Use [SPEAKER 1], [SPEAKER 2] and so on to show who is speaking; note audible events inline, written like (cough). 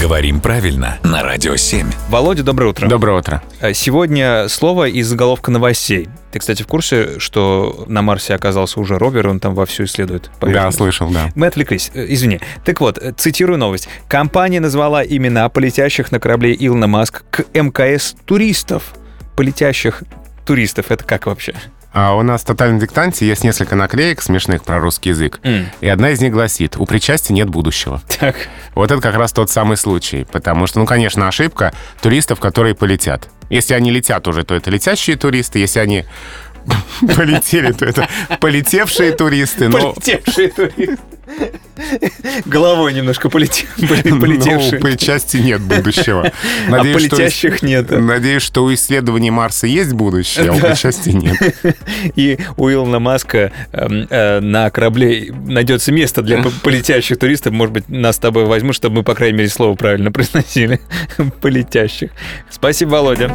[SPEAKER 1] Говорим правильно на Радио 7.
[SPEAKER 2] Володя, доброе утро.
[SPEAKER 3] Доброе утро.
[SPEAKER 2] А Сегодня слово из заголовка новостей. Ты, кстати, в курсе, что на Марсе оказался уже ровер, и он там вовсю исследует
[SPEAKER 3] Да,
[SPEAKER 2] поверхность?
[SPEAKER 3] слышал, да.
[SPEAKER 2] Мы отвлеклись, Э, извини. Так вот, э, цитирую новость. Компания назвала имена полетящих на корабле Илона Маск к МКС туристов. Полетящих туристов, это как вообще?
[SPEAKER 3] А у нас в тотальном диктанте есть несколько наклеек смешных про русский язык. И одна из них гласит «У причастия нет будущего».
[SPEAKER 2] Так,
[SPEAKER 3] Вот это как раз тот самый случай, потому что, ну, конечно, ошибка туристов, которые полетят. Если они летят уже, то это летящие туристы, если они (laughs) полетели, то это полетевшие туристы. но-
[SPEAKER 2] полетевшие туристы. Головой немножко полетев-
[SPEAKER 3] (laughs) (laughs) но
[SPEAKER 2] полетевшие.
[SPEAKER 3] у причастия нет будущего.
[SPEAKER 2] (laughs) А
[SPEAKER 3] Ну, Надеюсь, что
[SPEAKER 2] полетящих нет.
[SPEAKER 3] у- Надеюсь, что у исследований Марса есть будущее, а у
[SPEAKER 2] Да.
[SPEAKER 3] причастия нет.
[SPEAKER 2] И у Илона Маска эм, э, на корабле найдется место для п- полетящих туристов. Может быть, нас с тобой (laughs) возьмут, чтобы мы, по крайней мере, слово правильно произносили. Полетящих. Спасибо, Володя.